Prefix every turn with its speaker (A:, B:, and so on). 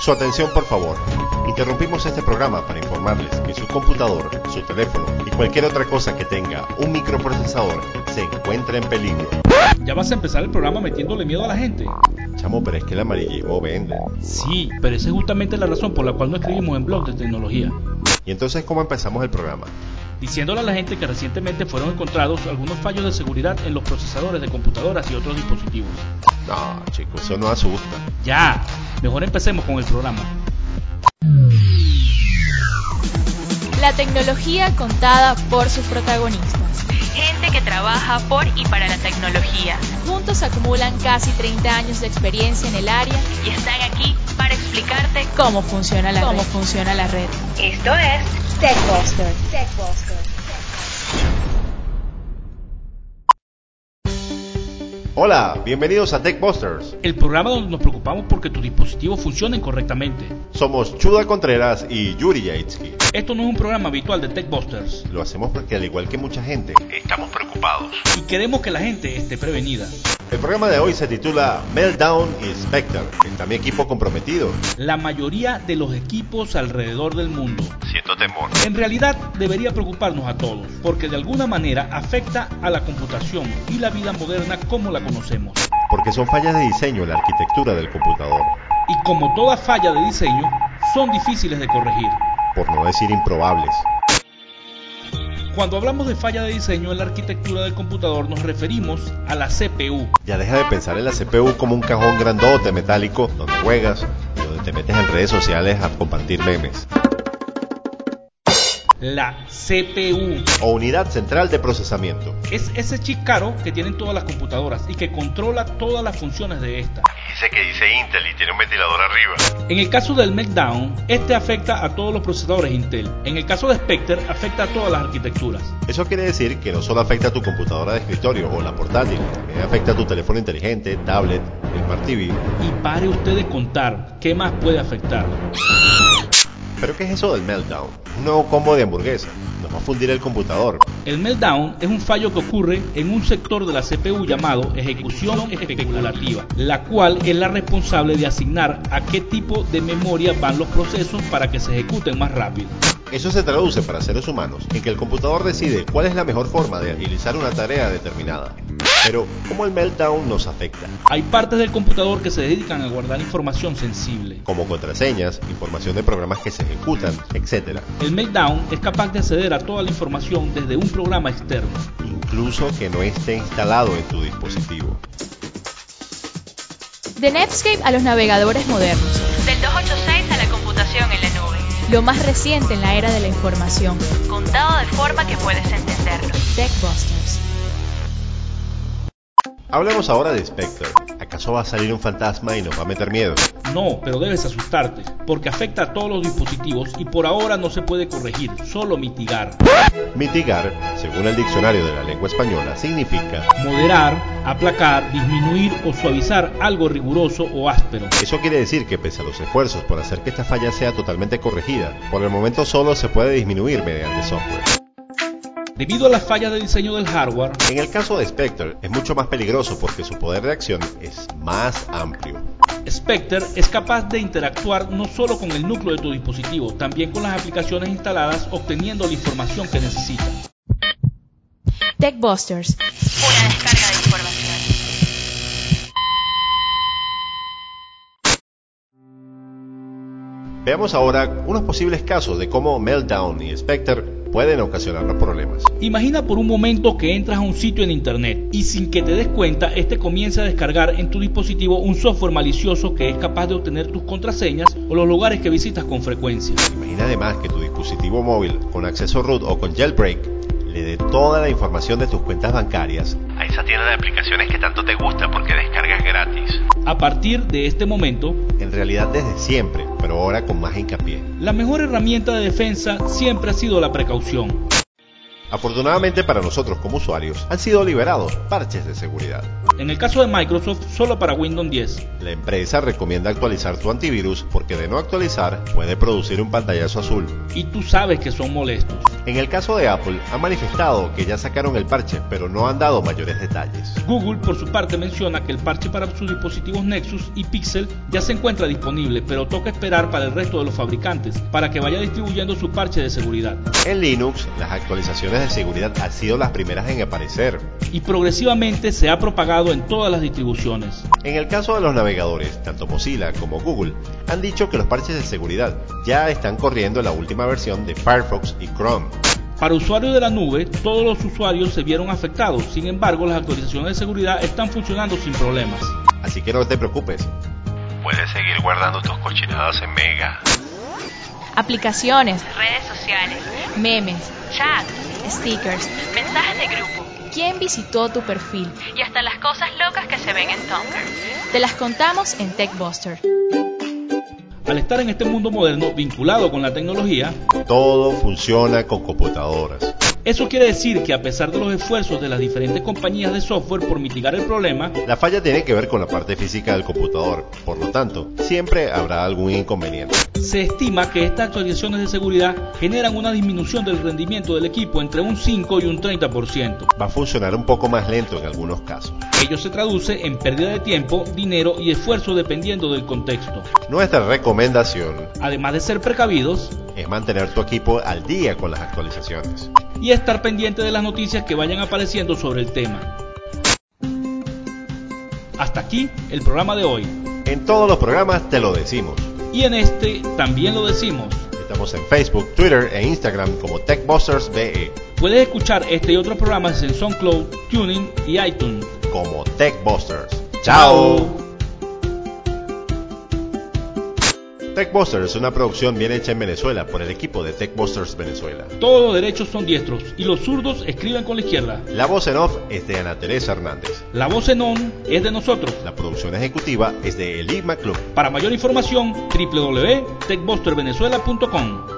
A: Su atención, por favor. Interrumpimos este programa para informarles que su computador, su teléfono y cualquier otra cosa que tenga un microprocesador se encuentra en peligro.
B: ¿Ya vas a empezar el programa metiéndole miedo a la gente?
A: Chamo, pero es que el amarillismo vende.
B: Sí, pero esa es justamente la razón por la cual no escribimos en blog de tecnología.
A: Y entonces, ¿cómo empezamos el programa?
B: Diciéndole a la gente que recientemente fueron encontrados algunos fallos de seguridad en los procesadores de computadoras y otros dispositivos.
A: No, chicos, eso no asusta.
B: Ya, mejor empecemos con el programa.
C: La tecnología contada por sus protagonistas.
D: Gente que trabaja por y para la tecnología
C: Juntos acumulan casi 30 años de experiencia en el área
D: y están aquí para explicarte
C: cómo funciona la red. funciona la red.
D: esto es
A: Hola, bienvenidos a TechBusters.
B: El programa donde nos preocupamos porque tus dispositivos funcionen correctamente.
A: Somos Chuda Contreras y Yuri Yaitsky.
B: Esto no es un programa habitual de TechBusters
A: Lo hacemos porque al igual que mucha gente, estamos preocupados.
B: y queremos que la gente esté prevenida.
A: El programa de hoy se titula Meltdown y Spectre. Está mi equipo comprometido.
B: La mayoría de los equipos alrededor del mundo.
A: Siento temor.
B: En realidad debería preocuparnos a todos, porque de alguna manera afecta a la computación y la vida moderna como la conocemos.
A: Porque son fallas de diseño en la arquitectura del computador,
B: Y como toda falla de diseño, son difíciles de corregir.
A: por no decir improbables.
B: Cuando hablamos de falla de diseño en la arquitectura del computador nos referimos a la CPU,
A: Ya deja de pensar en la CPU como un cajón grandote metálico donde juegas y donde te metes en redes sociales a compartir memes.
B: la CPU.
A: O unidad central de procesamiento.
B: Es ese chip caro que tienen todas las computadoras y que controla todas las funciones de esta.
A: Dice que dice Intel y tiene un ventilador arriba.
B: En el caso del Meltdown, este afecta a todos los procesadores Intel. En el caso de Spectre, afecta a todas las arquitecturas.
A: Eso quiere decir que no solo afecta a tu computadora de escritorio o la portátil, también afecta a tu teléfono inteligente, tablet, Smart TV.
B: Y pare usted de contar qué más puede afectar.
A: ¿Pero qué es eso del meltdown? Un nuevo combo de hamburguesa. Nos va a fundir el computador.
B: El meltdown es un fallo que ocurre en un sector de la CPU llamado ejecución especulativa, la cual es la responsable de asignar a qué tipo de memoria van los procesos para que se ejecuten más rápido.
A: Eso se traduce para seres humanos en que el computador decide cuál es la mejor forma de agilizar una tarea determinada. Pero, ¿cómo el meltdown nos afecta?
B: Hay partes del computador que se dedican a guardar información sensible.
A: Como contraseñas, información de programas que se ejecutan, etc.
B: El meltdown es capaz de acceder a toda la información desde un programa externo.
A: Incluso que no esté instalado en tu dispositivo.
C: De Netscape a los navegadores modernos,
D: del 286 a la computación en la nube,
C: lo más reciente en la era de la información.
D: contado de forma que puedes entenderlo.
C: TechBusters.
A: Hablemos ahora de Spectre. ¿Acaso va a salir un fantasma y nos va a meter miedo?
B: No, pero debes asustarte, porque afecta a todos los dispositivos y por ahora no se puede corregir, solo mitigar.
A: Mitigar, según el diccionario de la lengua española, significa
B: Moderar, aplacar, disminuir o suavizar algo riguroso o áspero.
A: Eso quiere decir que pese a los esfuerzos por hacer que esta falla sea totalmente corregida, por el momento solo se puede disminuir mediante software.
B: Debido a las fallas de diseño del hardware,
A: En el caso de Spectre es mucho más peligroso porque su poder de acción es más amplio.
B: Spectre es capaz de interactuar no solo con el núcleo de tu dispositivo, también con las aplicaciones instaladas obteniendo la información que necesita.
C: TechBusters.
D: Una descarga de información.
A: Veamos ahora unos posibles casos de cómo Meltdown y Spectre pueden ocasionarnos problemas.
B: Imagina por un momento que entras a un sitio en internet y sin que te des cuenta, este comienza a descargar en tu dispositivo un software malicioso que es capaz de obtener tus contraseñas o los lugares que visitas con frecuencia.
A: Imagina además que tu dispositivo móvil con acceso root o con jailbreak le dé toda la información de tus cuentas bancarias a esa tienda de aplicaciones que tanto te gusta porque descargas gratis.
B: A partir de este momento,
A: En realidad desde siempre, pero ahora con más hincapié.
B: La mejor herramienta de defensa siempre ha sido la precaución.
A: Afortunadamente para nosotros como usuarios, han sido liberados parches de seguridad.
B: En el caso de Microsoft, solo para Windows 10.
A: La empresa recomienda actualizar tu antivirus porque de no actualizar puede producir un pantallazo azul.
B: Y tú sabes que son molestos.
A: En el caso de Apple, ha manifestado que ya sacaron el parche, pero no han dado mayores detalles.
B: Google, por su parte, menciona que el parche para sus dispositivos Nexus y Pixel ya se encuentra disponible, pero toca esperar para el resto de los fabricantes para que vaya distribuyendo su parche de seguridad.
A: En Linux, las actualizaciones de seguridad han sido las primeras en aparecer.
B: Y progresivamente se ha propagado en todas las distribuciones.
A: En el caso de los navegadores, tanto Mozilla como Google han dicho que los parches de seguridad ya están corriendo en la última versión de Firefox y Chrome.
B: Para usuarios de la nube, todos los usuarios se vieron afectados, sin embargo las actualizaciones de seguridad están funcionando sin problemas.
A: Así que no te preocupes. Puedes seguir guardando tus cochinadas en Mega.
C: Aplicaciones,
D: Redes sociales,
C: memes,
D: chat,
C: stickers.
D: mensajes de grupo
C: ¿Quién visitó tu perfil?
D: y hasta las cosas locas que se ven en Tumblr.
C: Te las contamos en TechBuster.
B: Al estar en este mundo moderno vinculado con la tecnología,
A: Todo funciona con computadoras.
B: eso quiere decir que a pesar de los esfuerzos de las diferentes compañías de software por mitigar el problema,
A: La falla tiene que ver con la parte física del computador, por lo tanto, siempre habrá algún inconveniente.
B: se estima que estas actualizaciones de seguridad generan una disminución del rendimiento del equipo entre un 5 y un 30%.
A: Va a funcionar un poco más lento en algunos casos.
B: Ello se traduce en pérdida de tiempo, dinero y esfuerzo dependiendo del contexto.
A: Nuestra recomendación
B: Además de ser precavidos
A: es mantener tu equipo al día con las actualizaciones.
B: y estar pendiente de las noticias que vayan apareciendo sobre el tema. Hasta aquí el programa de hoy.
A: En todos los programas te lo decimos.
B: Y en este también lo decimos.
A: Estamos en Facebook, Twitter e Instagram como TechBusters BE,
B: Puedes escuchar este y otros programas en SoundCloud, Tuning y iTunes.
A: como TechBusters. ¡Chao! TechBusters es una producción bien hecha en Venezuela por el equipo de TechBusters Venezuela.
B: Todos los derechos son diestros y los zurdos escriben con la izquierda.
A: La voz en off es de Ana Teresa Hernández.
B: La voz en on es de nosotros.
A: La producción ejecutiva es de Elima Club.
B: Para mayor información, www.techbustervenezuela.com.